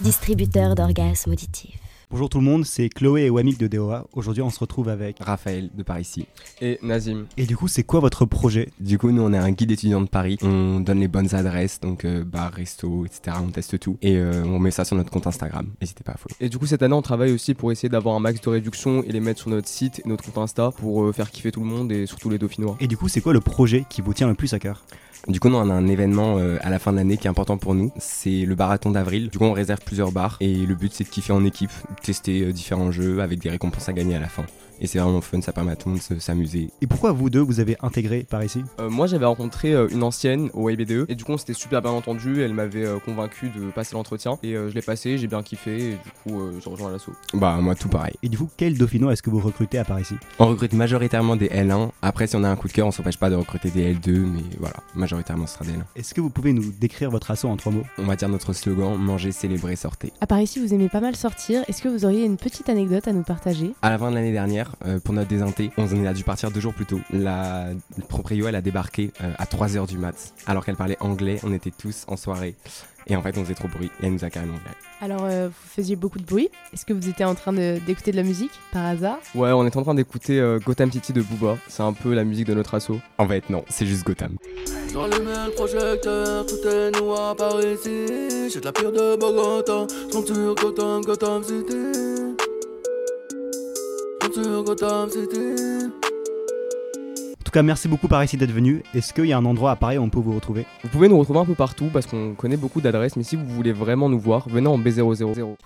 distributeur d'orgasmes auditifs. Bonjour tout le monde, c'est Chloé et Wamik de DOA. Aujourd'hui, on se retrouve avec. Raphaël de Paris ici. Et Nazim. Et du coup, c'est quoi votre projet Du coup, nous on est un guide étudiant de Paris. On donne les bonnes adresses, donc euh, bar, resto, etc. On teste tout et euh, on met ça sur notre compte Instagram. N'hésitez pas à follow. Et du coup, cette année, on travaille aussi pour essayer d'avoir un max de réductions et les mettre sur notre site et notre compte Insta pour euh, faire kiffer tout le monde et surtout les Dauphinois. Et du coup, c'est quoi le projet qui vous tient le plus à cœur Du coup, nous, on a un événement euh, à la fin de l'année qui est important pour nous. C'est le marathon d'avril. Du coup, on réserve plusieurs bars et le but c'est de kiffer en équipe, tester euh, différents jeux avec des récompenses à gagner à la fin. Et c'est vraiment fun, ça permet à tout le monde de se- s'amuser. Et pourquoi vous deux, vous avez intégré Paris ici Euh, moi, j'avais rencontré euh, une ancienne au IBDE E. et du coup, on s'était super bien entendu. Elle m'avait euh, convaincu de passer l'entretien et euh, je l'ai passé, j'ai bien kiffé et du coup, euh, je rejoins l'assaut. Bah, moi tout pareil. Et du coup, quel Dauphinois est-ce que vous recrutez à Paris ici On recrute majoritairement des L1. Après, si on a un coup de cœur, on s'empêche pas de recruter des L2, mais voilà, majoritairement ce sera des L1. Est-ce que vous pouvez nous décrire votre assaut en trois mots On va dire notre slogan manger, célébrer, sortez. À Paris, si vous aimez pas mal sortir, est-ce que vous auriez une petite anecdote à nous partager À la fin de l'année dernière, euh, pour notre désinté, on en a dû partir deux jours plus tôt. La proprio, elle a débarqué euh, à 3h du mat. Alors qu'elle parlait anglais, on était tous en soirée. Et en fait, on faisait trop de bruit. Et elle nous a carrément virés. Alors, euh, vous faisiez beaucoup de bruit. Est-ce que vous étiez en train de- d'écouter de la musique par hasard Ouais, on est en train d'écouter euh, Gotham City de Booba. C'est un peu la musique de notre assaut. En fait, non, c'est juste Gotham. J'allumais le projecteur, tout est noir à Paris ici. J'ai de la pire de Bogota, j'monte sur Gotham, Gotham City. J'monte sur Gotham City. En tout cas, merci beaucoup Paris ici d'être venu. Est-ce qu'il y a un endroit à Paris où on peut vous retrouver Vous pouvez nous retrouver un peu partout parce qu'on connaît beaucoup d'adresses, mais si vous voulez vraiment nous voir, venez en B000.